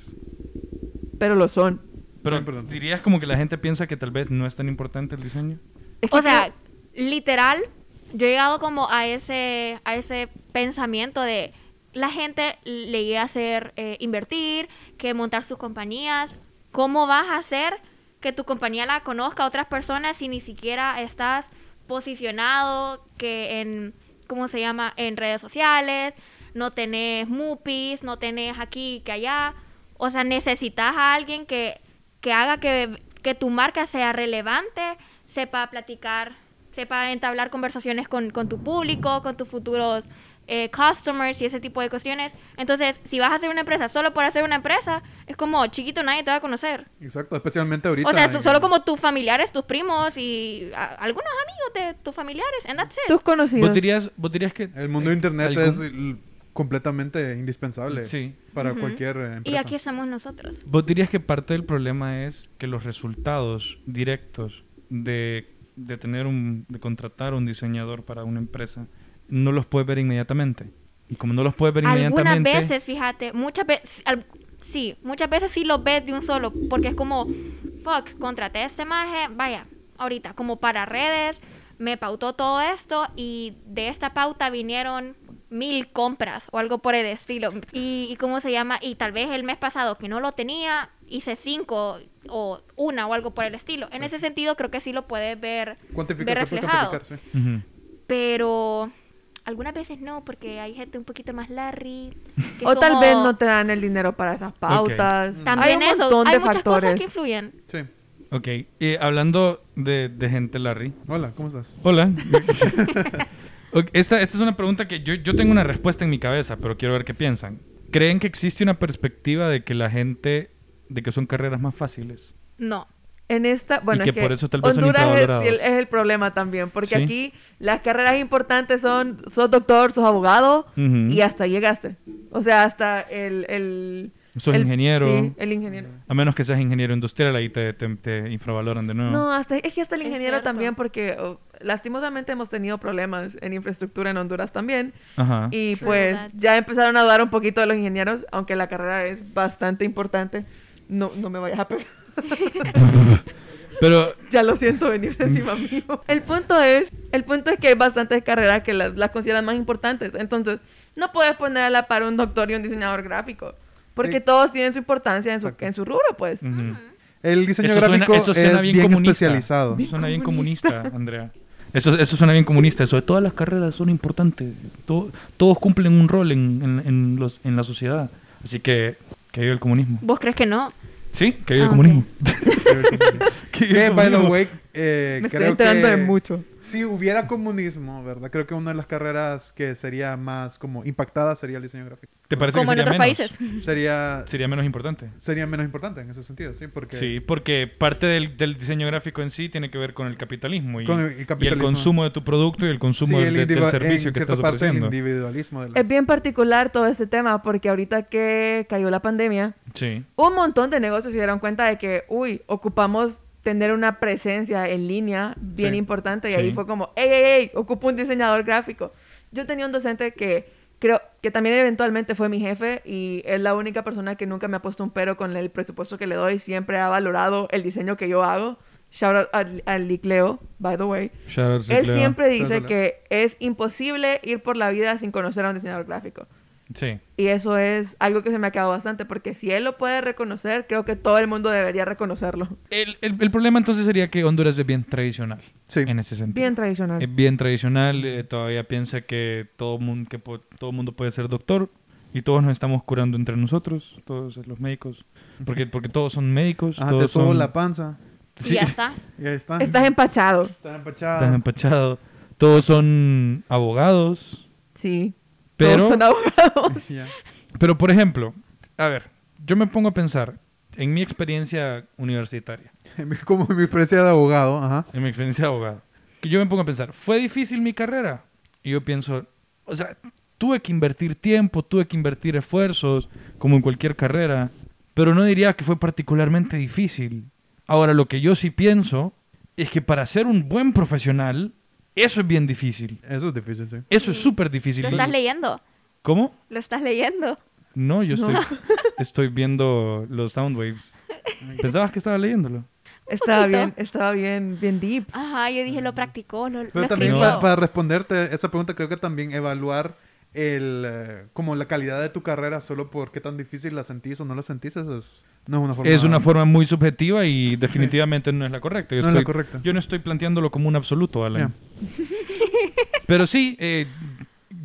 C: Pero lo son.
A: Pero
B: Son importantes.
A: dirías como que la gente piensa que tal vez no es tan importante el diseño.
C: Es que
D: O sea, literal, yo he llegado como a ese, a ese pensamiento de la gente le iba a hacer eh, invertir, que montar sus compañías. ¿Cómo vas a hacer que tu compañía la conozca a otras personas si ni siquiera estás posicionado que en, ¿cómo se llama?, en redes sociales, no tenés mupis, no tenés aquí que allá. O sea, necesitas a alguien que, que haga que, que tu marca sea relevante, sepa platicar, sepa entablar conversaciones con, con tu público, con tus futuros eh, customers y ese tipo de cuestiones. Entonces, si vas a hacer una empresa solo por hacer una empresa, es como chiquito, nadie te va a conocer.
B: Exacto, especialmente ahorita.
D: O sea,
B: en-
D: so- solo como tus familiares, tus primos y a- algunos amigos de tus familiares, and that's it.
C: Tus conocidos.
A: ¿Vos dirías, vos dirías que... eh,
B: El mundo de internet
A: algún-
B: es l- completamente indispensable
A: Sí.
B: para
D: Ujú.
B: cualquier eh,
D: Y
B: empresa.
D: aquí estamos nosotros.
A: ¿Vos dirías que parte del problema es que los resultados directos de, de tener un, de contratar un diseñador para una empresa no los puedes ver inmediatamente? Y como no los puedes ver
D: Algunas
A: inmediatamente,
D: veces, fíjate, muchas veces, sí, muchas veces sí los ves de un solo, porque es como, fuck, contraté a este maje, vaya, ahorita, como para redes, me pautó todo esto y de esta pauta vinieron mil compras o algo por el estilo. Y, y cómo se llama, y tal vez el mes pasado que no lo tenía, hice cinco o una o algo por el estilo. En ese sentido creo que sí lo puedes ver, ver
B: Cuantificar, se puede
D: reflejado
B: cuantificar, sí.
A: Ujú.
D: pero algunas veces no, porque hay gente un poquito más larry. que
C: O
D: es
C: tal
D: como- Mm.
C: vez no te dan el dinero para esas pautas.
D: También
C: hay un
D: eso,
C: montón
D: hay
C: de
D: muchas cosas que
C: factores.
D: influyen.
B: Sí.
A: Ok, y hablando de, de gente, Larry.
B: Hola, ¿cómo estás?
A: Hola. Ok, esta, esta es una pregunta que yo, yo tengo una respuesta en mi cabeza, pero quiero ver qué piensan. ¿Creen que existe una perspectiva de que la gente, de que son carreras más fáciles?
D: No.
C: En esta, bueno,
A: que
C: es que
A: por eso tal vez son
C: Honduras es el,
A: infravalorados.
C: sí, es el problema también, porque
A: Sí.
C: aquí las carreras importantes son, sos doctor, sos abogado
A: Ujú.
C: y hasta llegaste. O sea, hasta el... el
A: Sos
C: el-
A: ingeniero.
C: Sí, el ingeniero.
A: A menos que seas ingeniero industrial, ahí te, te- te infravaloran de nuevo.
C: No, hasta, es que hasta el
D: Es
C: ingeniero
D: cierto.
C: también, porque oh, lastimosamente hemos tenido problemas en infraestructura en Honduras también.
B: Ah.
A: Ajá.
C: Y
D: True
C: pues
D: that.
C: ya empezaron a dudar un poquito de los ingenieros, aunque la carrera es bastante importante. No, no me vayas a pegar.
A: Pero,
C: (laughs) Ya lo siento
B: (laughs)
C: venirse encima mío. El punto es, el punto es que hay bastantes carreras que las, las consideran más importantes. Entonces, no puedes poner a la par un doctor y un diseñador gráfico. Porque
B: Sí.
C: todos tienen su importancia en su, en su rubro, pues.
A: ujú.
B: El diseño
A: Eso suena-
B: gráfico
A: eso suena
B: es
A: bien
B: bien,
A: comunista.
B: especializado.
A: Eso suena bien comunista, Andrea. Eso, eso suena bien comunista. Eso de todas las carreras son importantes. To- todos cumplen un rol en, en- en los, en la sociedad. Así que, que viva el comunismo.
D: ¿Vos crees que no?
A: Sí, (laughs) que viva
D: Ah,
A: el comunismo. Que viva
B: Que,
A: el
B: by the
A: comunismo.
B: way, eh,
C: Me estoy
B: creo
C: enterando
B: que
C: de mucho.
B: si hubiera comunismo, ¿verdad? Creo que una de las carreras que sería más como impactada sería el diseño gráfico.
A: ¿Te parece
D: Como
A: que
D: en
A: sería
D: otros
A: menos?
D: países.
B: Sería,
A: Sería menos importante.
B: sería menos importante en ese sentido, ¿sí? Porque
A: Sí, porque parte del, del diseño gráfico en sí tiene que ver con el capitalismo y y
B: Con el- el
A: el,
B: capitalismo.
A: consumo de tu producto y el consumo
B: sí,
A: del, del
B: individua-
A: servicio
B: en
A: que
B: cierta
A: estás
B: parte el
A: ofreciendo.
B: individualismo de las-
C: Es bien particular todo este tema porque ahorita que cayó la pandemia,
A: Sí.
C: un montón de negocios se dieron cuenta de que, uy, ocupamos tener una presencia en línea bien
B: Sí.
C: importante y
A: Sí.
C: ahí fue como, ey, ey, ey, ocupo un diseñador gráfico. Yo tenía un docente que creo que también eventualmente fue mi jefe y es la única persona que nunca me ha puesto un pero con el presupuesto que le doy, siempre ha valorado el diseño que yo hago. Shout out al, al Licleo, by the way.
A: Shout out,
C: Él
A: Cicleo.
C: siempre
B: Shout
C: dice
B: out.
C: que es imposible ir por la vida sin conocer a un diseñador gráfico.
A: Sí.
C: Y eso es algo que se me ha quedado bastante, porque si él lo puede reconocer, creo que todo el mundo debería reconocerlo.
A: El, el- el problema entonces sería que Honduras es bien tradicional.
B: Sí.
A: En ese sentido.
C: Bien tradicional.
A: Es bien tradicional, eh, todavía piensa que todo mundo, que po- todo mundo puede ser doctor y todos nos estamos curando entre nosotros, todos los médicos, porque, porque todos son médicos,
B: Ajá, Ah, te
A: todos
B: subo
A: son...
B: la panza.
A: Sí,
D: Y
A: (laughs)
D: ya está.
B: Y ahí está.
C: Estás empachado.
B: Estás empachada.
A: estás empachado. Todos son abogados,
C: Sí.
A: Pero-
C: Todos
B: (laughs)
C: son abogados.
B: Ya.
A: pero por ejemplo, a ver, yo me pongo a pensar en mi experiencia universitaria,
B: Como mi experiencia de abogado, ajá.
A: en mi experiencia de abogado, que yo me pongo a pensar, ¿fue difícil mi carrera? Y yo pienso, o sea, tuve que invertir tiempo, tuve que invertir esfuerzos, como en cualquier carrera, pero no diría que fue particularmente difícil. Ahora, lo que yo sí pienso es que para ser un buen profesional, eso es bien difícil.
B: Eso es difícil, sí.
A: Eso es
D: Sí.
A: súper difícil.
D: Lo estás leyendo.
A: ¿Cómo?
D: Lo estás leyendo.
A: No, yo
C: No.
A: estoy, (laughs) estoy viendo los
D: (laughs)
A: soundwaves. Pensabas que estaba leyéndolo.
C: Estaba
D: poquito.
C: bien, estaba bien, bien deep.
D: Ajá, yo dije, lo practicó, lo, lo
B: Pero también
D: escribió.
B: pa- para responderte esa pregunta, creo que también evaluar el, eh, como la calidad de tu carrera solo por qué tan difícil la sentís o no la sentís, eso es- no es una forma...
A: Es una forma muy subjetiva y definitivamente no es la correcta. Yo,
B: No es la
A: estoy-
B: correcta.
A: yo no estoy planteándolo como un absoluto, Alan. Pero sí, eh,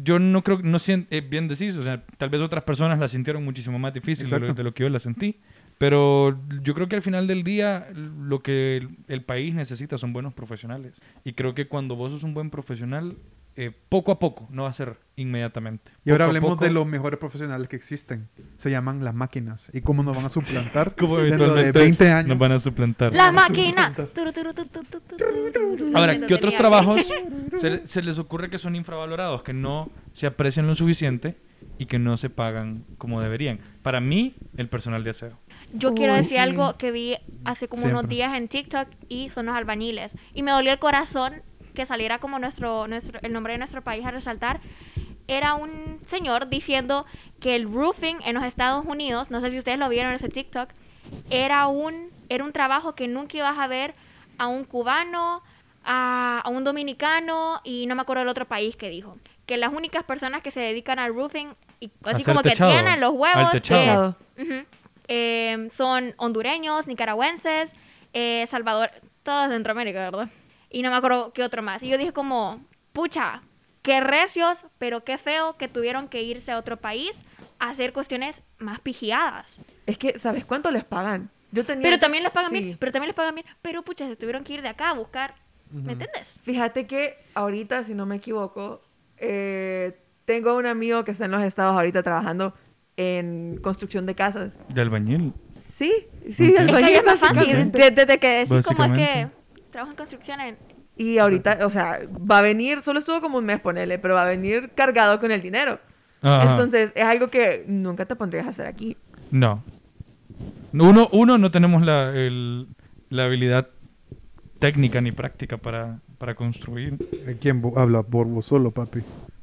A: yo no creo, no siento, bien decís, o sea, tal vez otras personas la sintieron muchísimo más difícil de lo,
B: Exacto.
A: de lo que yo la sentí. Pero yo creo que al final del día lo que el, el país necesita son buenos profesionales. Y creo que cuando vos sos un buen profesional, eh, poco a poco, no va a ser inmediatamente.
B: Y
A: Poco
B: ahora
A: a
B: hablemos
A: poco-
B: de los mejores profesionales que existen. Se llaman las máquinas. ¿Y cómo nos van a suplantar
A: (laughs) como
B: dentro de
A: eventualmente
B: 20 años?
A: nos van a suplantar.
D: La máquina. Turu, turu, turu, turu, turu, turu, turu.
A: Ahora,
D: Lo
A: ¿qué otros
D: tenía.
A: trabajos (laughs) se, le- se les ocurre que son infravalorados, que no se aprecian lo suficiente y que no se pagan como deberían? Para mí, el personal de aseo.
D: Yo quiero
B: Uy,
D: decir
B: sí.
D: algo que vi hace como unos
B: Siempre.
D: días en TikTok y son los albañiles. Y me dolió el corazón que saliera como nuestro, nuestro el nombre de nuestro país a resaltar. Era un señor diciendo que el roofing en los Estados Unidos, no sé si ustedes lo vieron en ese TikTok, era un, era un trabajo que nunca ibas a ver a un cubano, a, a un dominicano y no me acuerdo del otro país que dijo. Que las únicas personas que se dedican al roofing y así
A: Hacer
D: como que
A: techado,
D: tienen los
A: al
D: huevos es-
A: techado.
D: Ujú. Eh, son hondureños, nicaragüenses, eh, Salvador, todas de Centroamérica, ¿verdad? Y no me acuerdo qué otro más. Y yo dije como, pucha, qué recios, pero qué feo que tuvieron que irse a otro país a hacer cuestiones más pigiadas.
C: Es que, ¿sabes cuánto les pagan? Yo tenía...
D: Pero también les pagan
C: Sí.
D: bien, pero también les pagan bien, pero pucha, se tuvieron que ir de acá a buscar, ¿me entiendes?
C: Fíjate que ahorita, si no me equivoco, eh, tengo un amigo que está en los estados ahorita trabajando en construcción de casas.
A: De albañil.
C: Sí,
A: Ok.
C: sí,
D: Es que
C: albañil,
D: ahí es más fácil,
C: básicamente.
D: de- desde que decís como es que
A: Básicamente.
D: trabajo en construcción en...
C: Y ahorita, o sea, va a venir, solo estuvo como un mes, ponele, pero va a venir cargado con el dinero.
A: Ajá.
C: Entonces, es algo que nunca te pondrías a hacer aquí.
A: No. Uno, uno no tenemos la, el- la habilidad técnica ni práctica para, para construir.
B: Eh, ¿Quién bo- habla por vos solo, papi?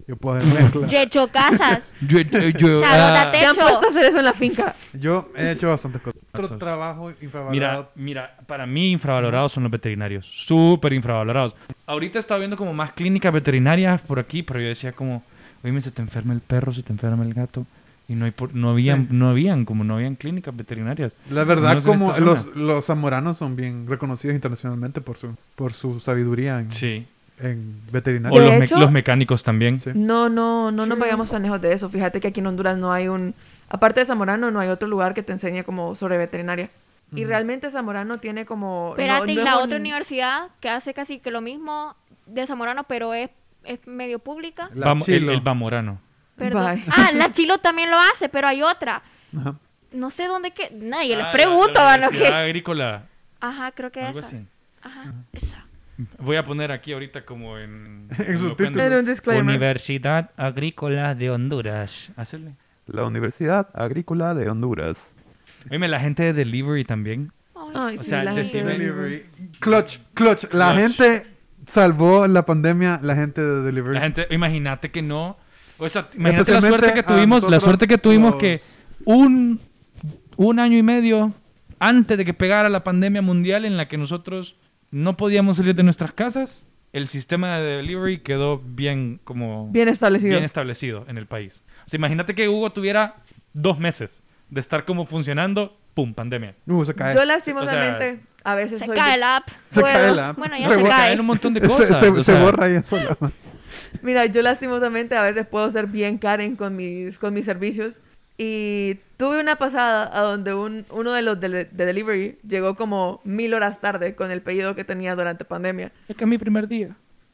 B: Yo puedo hacer
D: (laughs)
B: mezcla.
D: Yecho Casas.
A: Yo, yo- yo-
D: Chavos,
A: ah,
D: De
C: ¿Te han
D: hecho-
C: puesto a hacer eso en
A: (laughs)
C: la finca?
B: Yo he hecho bastantes cosas. Otro
A: Entonces,
B: trabajo infravalorado.
A: Mira, mira, para mí infravalorados son los veterinarios, súper infravalorados. Ahorita estaba viendo como más clínicas veterinarias por aquí, pero yo decía como, oye, se te enferma el perro, se te enferma el gato, y no hay por- no habían, no habían, como no habían clínicas veterinarias.
B: La verdad,
A: No sé en
B: como
A: esta zona.
B: los, los zamoranos son bien reconocidos internacionalmente por su, por su sabiduría en,
A: Sí.
B: en
A: O
B: veterinaria.
C: De
A: los, me-
C: hecho-
A: los mecánicos también.
B: Sí.
C: No, no, no nos vayamos tan lejos de eso. Fíjate que aquí en Honduras no hay un... Aparte de Zamorano, no hay otro lugar que te enseñe como sobre veterinaria. Y realmente Zamorano tiene como... no-
D: Espérate, y
C: no es
D: la
C: un-
D: otra universidad que hace casi que lo mismo de Zamorano, pero es, es medio pública.
B: La
A: Vamo- el,
B: Chilo.
A: el Bamorano.
D: Perdón.
C: Bye.
D: Ah, la Chilo también lo hace, pero hay otra.
B: Ajá.
D: No sé dónde que. Nadie les
A: Ah,
D: pregunto,
A: la- la
D: a lo
A: Universidad
D: que.
A: Agrícola,
D: Ajá, creo que
A: algo
D: esa.
A: así.
D: Ajá, esa.
A: Voy a poner aquí ahorita como en...
B: En
A: en
B: su
A: lo cuento.
C: En un disclaimer.
A: Universidad Agrícola de Honduras. Hacerle.
E: La Universidad Agrícola de Honduras.
A: Oíme, la gente de delivery también.
C: Ay,
A: O
C: sí,
A: sea,
C: la gente
A: decime-
C: de-
B: Delivery. Clutch, clutch. La
A: Clutch.
B: gente salvó la pandemia, la gente de delivery.
A: La gente, imagínate que no. O sea, imagínate la
B: Eh, Especialmente
A: suerte que
B: a
A: tuvimos, la
B: nosotros
A: suerte que tuvimos
B: los-
A: que un, un año y medio antes de que pegara la pandemia mundial en la que nosotros no podíamos salir de nuestras casas, el sistema de delivery quedó bien como
C: Bien establecido.
A: bien establecido en el país. O sea, imagínate que Hugo tuviera dos meses de estar como funcionando, pum, pandemia.
B: Uh, se cae.
C: Yo lastimosamente a veces
D: Se
C: soy...
D: cae la app.
B: Se
D: Puedo.
B: cae la app.
D: Bueno, ya
B: Se
D: se,
B: borra.
D: cae.
A: Caen un montón de
B: (laughs) Se-
A: cosas.
B: se,
A: o
B: se
A: sea,
B: borra ella
C: (laughs)
B: sola.
C: Mira, yo lastimosamente a veces puedo ser bien Karen con mis, con mis servicios. Y tuve una pasada a donde un, uno de los de, de delivery llegó como mil horas tarde con el pedido que tenía durante pandemia.
A: Es que es mi primer día.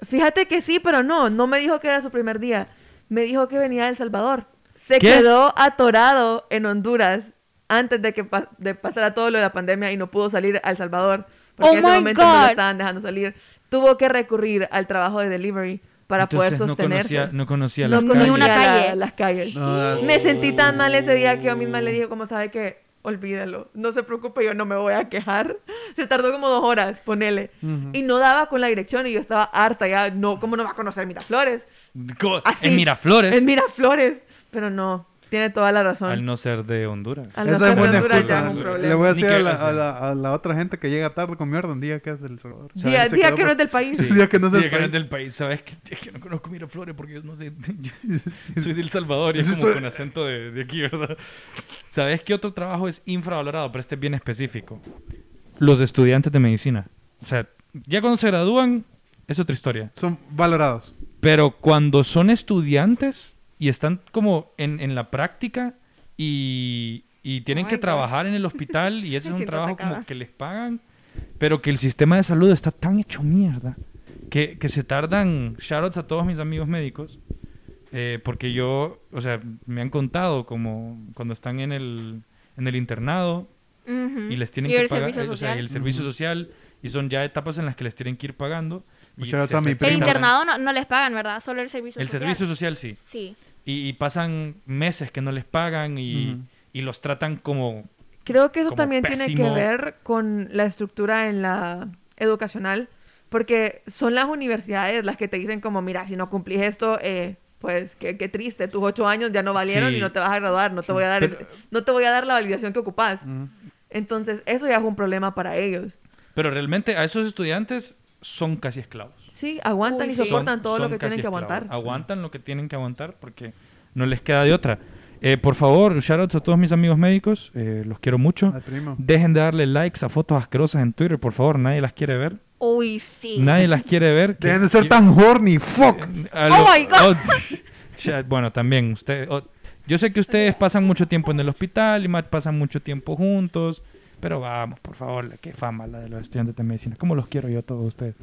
C: Fíjate que sí, pero no, no me dijo que era su primer día. Me dijo que venía de El Salvador. Se
A: ¿Qué?
C: quedó atorado en Honduras antes de que pa- de pasara todo lo de la pandemia y no pudo salir a El Salvador. Porque
D: Oh
C: en ese
D: my
C: momento no lo
D: God.
C: estaban dejando salir. Tuvo que recurrir al trabajo de delivery para
A: Entonces,
C: poder sostenerse.
A: No conocía, no conocía
C: No
A: las
C: conocía
D: Ni una
A: calles.
D: calle.
C: la- las calles.
B: No,
C: Me sentí tan mal ese día que yo misma le dije, como sabe que olvídalo, no se preocupe, yo no me voy a quejar. Se tardó como dos horas, ponele. Y no daba con la dirección y yo estaba harta ya, no, ¿cómo no va a conocer Miraflores?
A: Co-
C: Así,
B: Pues
A: En Miraflores.
C: En Miraflores, pero no. Tiene toda la
A: Al
C: razón. Ah,
A: no ser de Honduras.
C: Al no
B: Esa
C: ser
B: es buena
C: de Honduras
B: excusa.
C: ya es un
B: Le
C: problema.
B: voy a
A: Ni
B: decir
A: que-
B: a la, a la- a la otra gente que llega tarde con mierda un día que es del Salvador.
C: Día,
B: Se
C: día
B: quedó
C: que no
B: por-
C: es del país.
B: Sí. Diga que no es
A: Diga
B: del
A: que no
B: país.
A: ¿Sabes que, es que no conozco Miraflores porque yo no sé. (laughs) yo soy del Salvador y es
B: Eso
A: como
B: estoy-
A: con acento de, de aquí, ¿verdad? ¿Sabes qué otro trabajo es infravalorado? Pero este es bien específico. Los estudiantes de medicina. O sea, ya cuando se gradúan, es otra historia.
B: Son valorados.
A: Pero cuando son estudiantes y están como en, en la práctica y, y tienen
D: Oh
A: que
D: my God.
A: trabajar en el hospital
D: (laughs)
A: y ese es
D: Me
A: un
D: siento
A: trabajo
D: atacada.
A: como que les pagan, pero que el sistema de salud está tan hecho mierda que, que se tardan, shoutouts a todos mis amigos médicos, eh, porque yo, o sea, me han contado como cuando están en el, en el internado y les tienen que
D: Mm. el
A: pagar,
D: servicio
A: eh, o sea,
D: social.
A: y el servicio social y son ya etapas en las que les tienen que ir pagando. y
B: Shoutouts
A: se
B: a mi
A: hacen-
B: primo.
D: El
B: Sí,
D: internado no, no les pagan, ¿verdad? Solo el servicio
A: el
D: social.
A: servicio social sí.
D: Sí.
A: Y, y pasan meses que no les pagan y,
B: Ujú.
A: y los tratan como...
C: Creo que eso
A: como
C: también tiene que
A: pésimo.
C: ver con la estructura en la educacional, porque son las universidades las que te dicen como, mira, si no cumplís esto, eh, pues qué, qué triste, tus ocho años ya no valieron
A: Sí.
C: y no te vas a graduar, no te voy a dar, el-
A: Pero-
C: no te voy a dar la validación que ocupás.
B: Mm.
C: Entonces eso ya es un problema para ellos.
A: Pero realmente a esos estudiantes son casi esclavos.
C: Sí, aguantan
D: Uy,
C: y
D: sí.
C: soportan
A: Son-
C: todo lo
A: son
C: que
A: casi
C: tienen que
A: esclavos.
C: aguantar.
A: Aguantan lo que tienen que aguantar porque no les queda de otra. Eh, por favor, shoutouts a todos mis amigos médicos. eh, los quiero mucho.
B: Al primo.
A: Dejen de darle likes a fotos asquerosas en Twitter, por favor. Nadie las quiere ver.
D: Uy, sí.
A: Nadie las quiere ver. Que-
B: Dejen de ser
A: que-
B: tan horny, fuck.
A: a
D: Oh my God.
A: oh, chat, bueno, también usted. oh, yo sé que ustedes pasan mucho tiempo en el hospital y más pasan mucho tiempo juntos, pero vamos, por favor, la- qué fama la de los estudiantes de medicina. ¿Cómo los quiero yo a todos ustedes?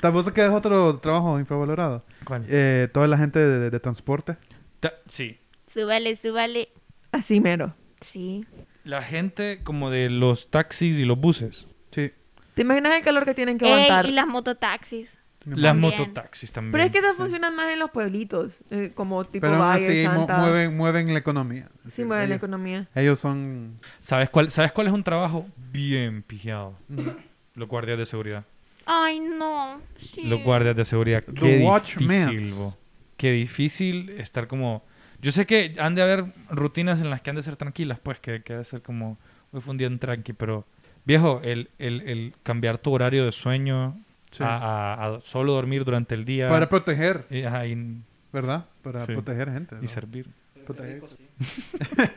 B: Tampoco que es otro trabajo infravalorado.
A: ¿Cuál?
B: Eh, toda la gente de, de transporte.
A: Ta- sí,
D: Súbale, súbale.
C: Así mero.
D: Sí.
A: la gente como de los taxis y los buses,
B: Sí.
C: ¿Te imaginas el calor que tienen que
D: Ey,
C: aguantar?
D: y las mototaxis.
A: las
D: También.
A: mototaxis también.
C: Pero es que esas funcionan más en los pueblitos, eh, como tipo
B: Pero aún
C: Valle,
B: así mu-
C: Santa.
B: mueven, mueven la economía. Es
C: Sí,
B: decir,
C: mueven la
B: ellos-
C: economía.
B: Ellos son...
A: ¿Sabes cuál, ¿Sabes cuál es un trabajo bien pijado? Los guardias de seguridad.
D: Ay, no. Sí.
A: los guardias de seguridad.
B: The
A: Qué difícil,
B: Watchmans.
A: bo. Qué difícil estar como... Yo sé que han de haber rutinas en las que han de ser tranquilas, pues, que, que ha de ser como... Hoy fue un día en tranqui, pero... Viejo, el, el- el cambiar tu horario de sueño
B: Sí.
A: a, a- a solo dormir durante el día...
B: Para proteger,
A: eh, ajá, y,
B: ¿verdad? Para
A: Sí.
B: proteger gente.
A: y
B: ¿no?
A: servir.
B: Proteger.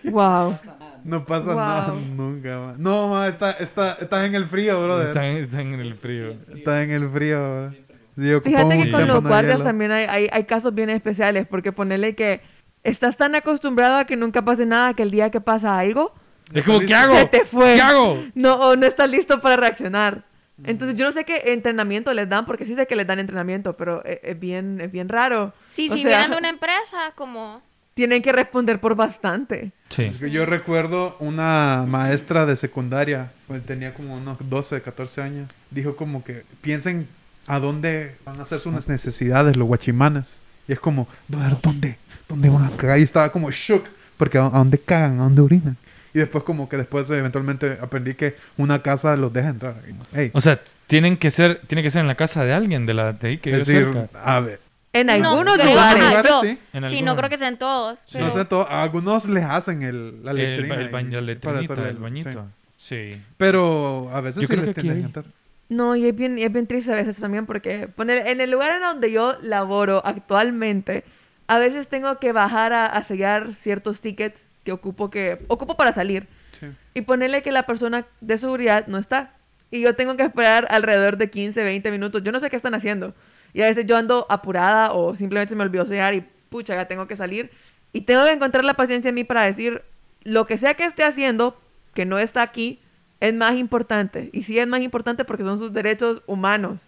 C: Wow.
B: No pasa
C: Wow.
B: nada nunca, ma. No, ma, está, está, estás en el frío, brother.
A: Están, están en el frío.
B: Estás en el frío, brother. Sí, ocupamos
C: Fíjate
A: un
C: que con
A: tiempo
C: los
B: témpano de
C: guardias
B: hielo.
C: también hay, hay, hay casos bien especiales, porque ponerle que estás tan acostumbrado a que nunca pase nada que el día que pasa algo,
A: Es como, ¿qué
B: listo.
A: hago?
C: se te fue.
A: ¿Qué hago?
C: No, o no estás listo para reaccionar. Entonces yo no sé qué entrenamiento les dan, porque sí sé que les dan entrenamiento, pero es, es bien, es bien raro.
D: Sí,
C: O
D: si
C: sea,
D: vienen de una empresa, como.
C: Tienen que responder por bastante.
A: Sí.
B: Es que Yo recuerdo una maestra de secundaria, pues, tenía como unos 12, 14 años, dijo como que piensen a dónde van a hacer sus necesidades los guachimanes. Y es como, "Brother, ¿dónde? ¿Dónde van a cagar? Y estaba como shook, porque ¿a a dónde cagan? ¿A dónde orinan? Y después como que después eh, eventualmente aprendí que una casa los deja entrar. Y, Ey,
A: O sea, tienen que ser, tiene que ser en la casa de alguien de la de ahí que
B: es
A: vive
B: decir,
A: cerca.
B: a ver,
C: En
D: No,
C: algunos
D: creo-
C: lugares.
D: ajá,
B: lugares,
D: yo-
B: sí.
A: En
D: Sí,
A: algunos.
D: no creo que sean todos. pero-
B: no sé, todo, a algunos les hacen el, la
A: El, el,
B: letrina.
A: ba- el baño- la
B: y- para
A: letrinita,
B: hacerle
A: el bañito.
B: sí.
A: Sí.
B: Pero a veces
A: Yo
B: sí
A: creo
B: les
A: que aquí
B: tienden a
A: hay.
B: entrar.
C: No, y es bien, y es bien triste a veces también porque poner, en el lugar en donde yo laboro actualmente, a veces tengo que bajar a, a sellar ciertos tickets que ocupo, que, ocupo para salir.
B: Sí.
C: Y ponerle que la persona de seguridad no está. Y yo tengo que esperar alrededor de 15, 20 minutos. Yo no sé qué están haciendo. Y a veces yo ando apurada o simplemente se me olvidó sellar y pucha, ya tengo que salir. Y tengo que encontrar la paciencia en mí para decir, lo que sea que esté haciendo, que no está aquí, es más importante. Y sí es más importante porque son sus derechos humanos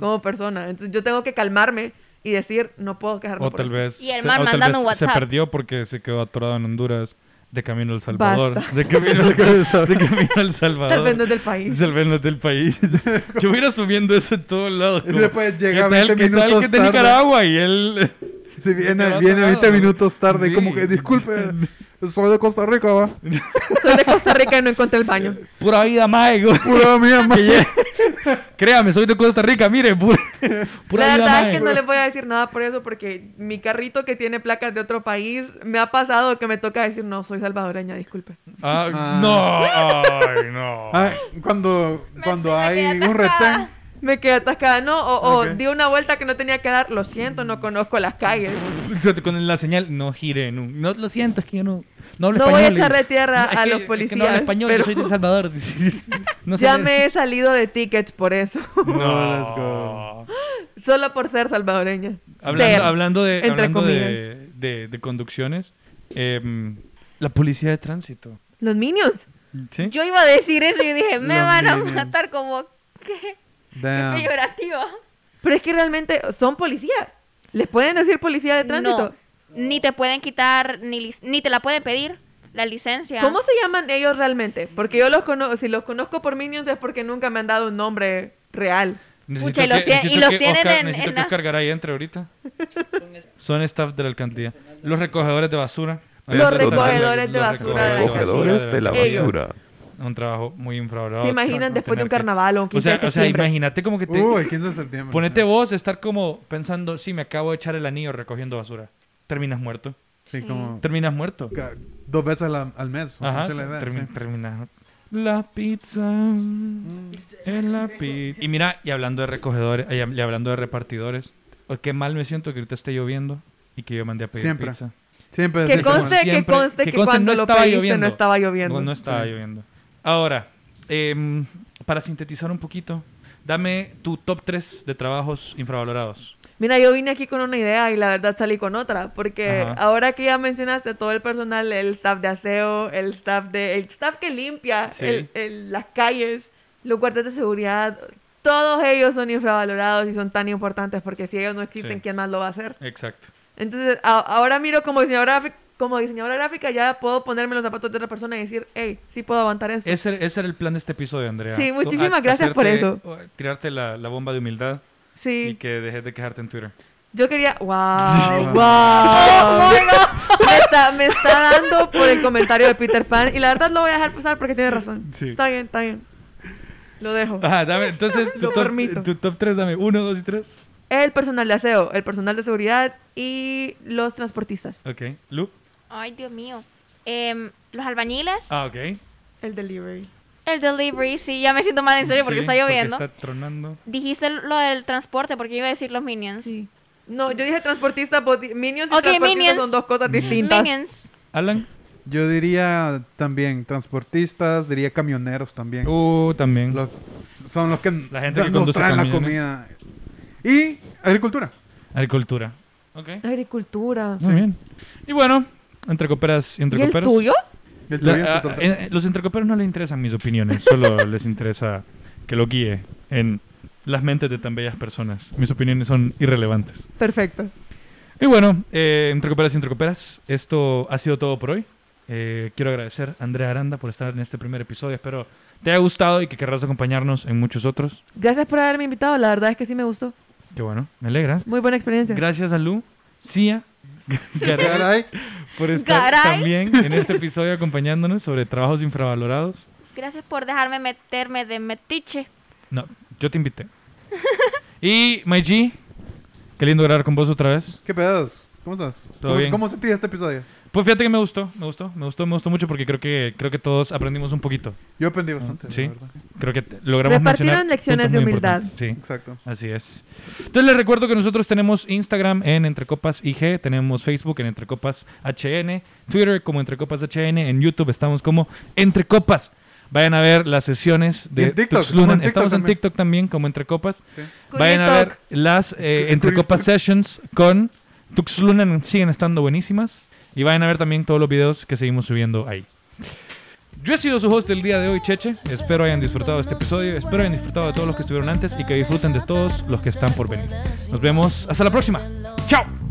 C: como persona. Entonces yo tengo que calmarme y decir, no puedo quejarme
A: O
C: por
A: tal
C: esto".
A: vez,
D: Y el
A: se,
D: man
A: o tal
D: mandando
A: vez
D: un
A: se
D: WhatsApp.
A: perdió porque se quedó atorado en Honduras de camino al Salvador.
C: Basta.
A: De camino
B: (laughs)
A: al, Sal- de camino al Salvador.
C: Tal vez no es del país.
A: Tal vez no es del
B: (laughs)
A: país. Yo voy a ir asumiendo eso en todos lados.
B: Y después llega
A: ¿qué tal,
B: 20
A: qué tal que
B: minutos
A: es de
B: tarde?
A: Nicaragua y él... (laughs)
B: Si
A: Te va
B: viene,
A: a
B: viene
A: tocar,
B: 20
A: ¿no?
B: minutos tarde,
A: Sí.
B: (laughs) como que disculpe. Soy de Costa Rica, va.
C: Soy de Costa Rica y no encontré el baño.
A: Pura vida, mae. güey.
B: (laughs) Pura
A: (laughs)
B: mía,
A: Que
B: mae.
A: lle- Créame, soy de Costa Rica, mire, pura, (laughs) (laughs) pura
C: la
A: vida,
C: verdad
A: mae.
C: es que no les voy a decir nada por eso porque mi carrito que tiene placas de otro país me ha pasado que me toca decir no, soy salvadoreña, disculpe.
A: Ah,
B: Ah.
A: No, ay, no.
B: Ah, cuando cuando
D: me
B: hay
D: quedé
B: un
D: atascada.
B: retén.
C: Me quedé atascada, no, o, o
B: Ok.
C: di una vuelta que no tenía que dar, lo siento, no conozco las calles.
A: Con la señal, no gire. No, no, lo siento, es que yo no. No, hablo
C: No voy a
A: español.
C: echar de tierra
A: No, es
C: a
A: que-
C: los
A: es que
C: policías.
A: no hablo español,
C: pero
A: yo soy de El Salvador. (laughs) No sé
C: ya
A: leer.
C: me he salido de tickets por eso. (laughs)
A: No,
B: let's go.
C: Solo por ser salvadoreña. Ser.
A: Hablando, hablando de,
C: entre
A: hablando
C: comillas.
A: de, de- de conducciones, em, la policía de tránsito.
C: Los minions.
A: ¿Sí?
D: Yo iba a decir eso y dije, me
B: Los
D: van a
B: minions.
D: matar como que
C: Ah.
B: Damn.
D: peyorativa.
C: Pero es que realmente son policías. ¿Les pueden decir policía de tránsito?
D: No, ni te pueden quitar, ni, lic- ni te la pueden pedir la licencia.
C: ¿Cómo se llaman ellos realmente? Porque yo los conozco, si los conozco por Minions es porque nunca me han dado un nombre real.
A: Necesito
D: y los
A: que-
D: tie- y
A: necesito
D: los
A: que
D: tienen
A: Oscar-
D: en-
A: Necesito
D: en
A: que
D: la-
A: Oscar Garay entre ahorita. Son staff de la alcaldía. Los recogedores de basura.
E: Los
A: Hablando de-
C: recogedores de
A: los
C: basura de
A: recogedores
C: la
E: Cogedores de la
C: Ellos.
E: basura.
A: Un trabajo muy infravalorado.
C: ¿Se imaginan
A: No
C: después de
A: tener
C: un
A: que-
C: carnaval o un
A: O
C: 15
A: sea,
C: de
A: o sea,
C: septiembre?
A: imagínate como que te...
B: Uh, el 15 de septiembre.
A: Ponete vos, estar como pensando, sí, me acabo de echar el anillo recogiendo basura. Terminas muerto.
B: Sí,
C: Mm.
B: como
A: Terminas muerto.
B: ca- dos veces al, al mes. o
A: Ajá,
B: sea, la idea,
A: termi-
B: sí.
A: terminas. La pizza. en la pi- Y mira, y hablando de recogedores, ay, y hablando de repartidores, oh, qué mal me siento que ahorita esté lloviendo y que yo mandé a pedir
B: Siempre.
A: pizza.
B: Siempre
C: Que
B: decir como-
C: conste, que
A: Siempre-
C: conste que,
A: conste,
C: cuando lo pediste no estaba lloviendo.
A: No, no estaba
B: Sí.
A: lloviendo. Ahora, em, para sintetizar un poquito, dame tu top 3 de trabajos infravalorados.
C: Mira, yo vine aquí con una idea y la verdad salí con otra, porque
A: Ajá.
C: ahora que ya mencionaste todo el personal, el staff de aseo, el staff de el staff que limpia
A: Sí.
C: el- el- las calles, los guardias de seguridad, todos ellos son infravalorados y son tan importantes porque si ellos no existen,
A: Sí.
C: ¿quién más lo va a hacer?
A: Exacto.
C: Entonces, a- ahora miro como diseñadora gráfica, como diseñadora gráfica ya puedo ponerme los zapatos de otra persona y decir, hey, sí puedo aguantar esto.
A: Ese, ese era el plan de este episodio, Andrea.
C: Sí,
A: Tú-
C: muchísimas gracias por eso.
A: Tirarte la, la bomba de humildad y
C: sí,
A: que dejes de quejarte en Twitter. (laughs)
C: yo quería, wow, wow. me, está, me está dando por el comentario de Peter Pan y la verdad lo voy a dejar pasar porque tiene razón.
A: Sí. Ah.
C: Está bien, está bien. Lo dejo.
A: Ajá, dame,
C: (laughs)
A: entonces tu
C: Lo
A: top,
C: permito.
A: tu top 3, dame 1, 2 y 3.
C: El personal de aseo, el personal de seguridad y los transportistas.
A: Ok, Lu.
D: Ay, Dios mío. Em, los albañiles,
A: Ah, ok.
C: El delivery.
D: el delivery, sí, ya me siento
C: Ah,
D: mal en serio porque
A: Sí,
D: está lloviendo.
A: Porque está tronando.
D: Dijiste lo del transporte porque iba a decir los minions.
C: Sí. No, yo dije transportista, but Minions y
D: Ok,
C: transportistas
D: Minions.
C: son dos cosas distintas.
D: Minions.
A: Alan.
B: Yo diría también transportistas, diría camioneros también.
A: Uh, también.
B: Los- son los que
A: La gente que
B: nos
A: conduce
B: traen la
A: camiones.
B: comida. Y agricultura.
A: Agricultura. Ok.
C: Agricultura.
A: Muy bien. Y bueno, entre coperas y entre
C: ¿Y el
A: coperos.
C: tuyo?
B: El
A: La-
B: tuyo,
A: a-
B: tu tercer-
A: en- los entrecoperos no les interesan mis opiniones, solo (laughs) les interesa que lo guíe en las mentes de tan bellas personas. Mis opiniones son irrelevantes.
C: Perfecto.
A: Y bueno, eh, entrecoperas y entrecoperas, esto ha sido todo por hoy. Eh, quiero agradecer a Andrea Aranda por estar en este primer episodio. Espero te haya gustado y que querrás acompañarnos en muchos otros.
C: Gracias por haberme invitado, la verdad es que sí me gustó.
A: Que bueno, me alegra.
C: Muy buena experiencia.
A: Gracias a Lu, Cia, (laughs) Garay,
B: Caray.
A: por estar
D: Garay.
A: también en este episodio acompañándonos sobre trabajos infravalorados.
D: Gracias por dejarme meterme de metiche.
A: No, yo te invité. y Maiji, qué lindo grabar con vos otra vez.
B: ¿Qué pedos? ¿Cómo estás?
A: Todo
B: ¿Cómo,
A: bien.
B: cómo sentí este episodio?
A: Pues fíjate que me gustó, me gustó, me gustó, me gustó mucho porque creo que creo que todos aprendimos un poquito.
B: Yo aprendí bastante. la
A: Ah, Sí.
B: verdad.
A: Creo que te- logramos
C: Repartieron
A: mencionar
C: lecciones
A: puntos
C: de
A: muy
C: humildad.
A: importantes. Sí.
B: Exacto.
A: Así es. Entonces les recuerdo que nosotros tenemos Instagram en Entre Copas IG, tenemos Facebook en Entre Copas HN, Twitter como Entre Copas HN, en YouTube estamos como Entre Copas. Vayan a ver las sesiones
B: Y
A: de
B: en TikTok,
A: Tux Lunan.
B: estamos en TikTok
A: Estamos en
B: también.
A: TikTok también como Entre Copas.
B: Sí.
A: Vayan a
C: Curly
A: ver las eh, Entre
B: Curly
A: Copas
B: Talk.
A: Sessions con Tux Lunan. Siguen estando buenísimas. Y vayan a ver también todos los videos que seguimos subiendo ahí. Yo he sido su host del día de hoy, Cheche. Espero hayan disfrutado de este episodio, espero hayan disfrutado de todos los que estuvieron antes y que disfruten de todos los que están por venir. Nos vemos hasta la próxima. ¡Chao!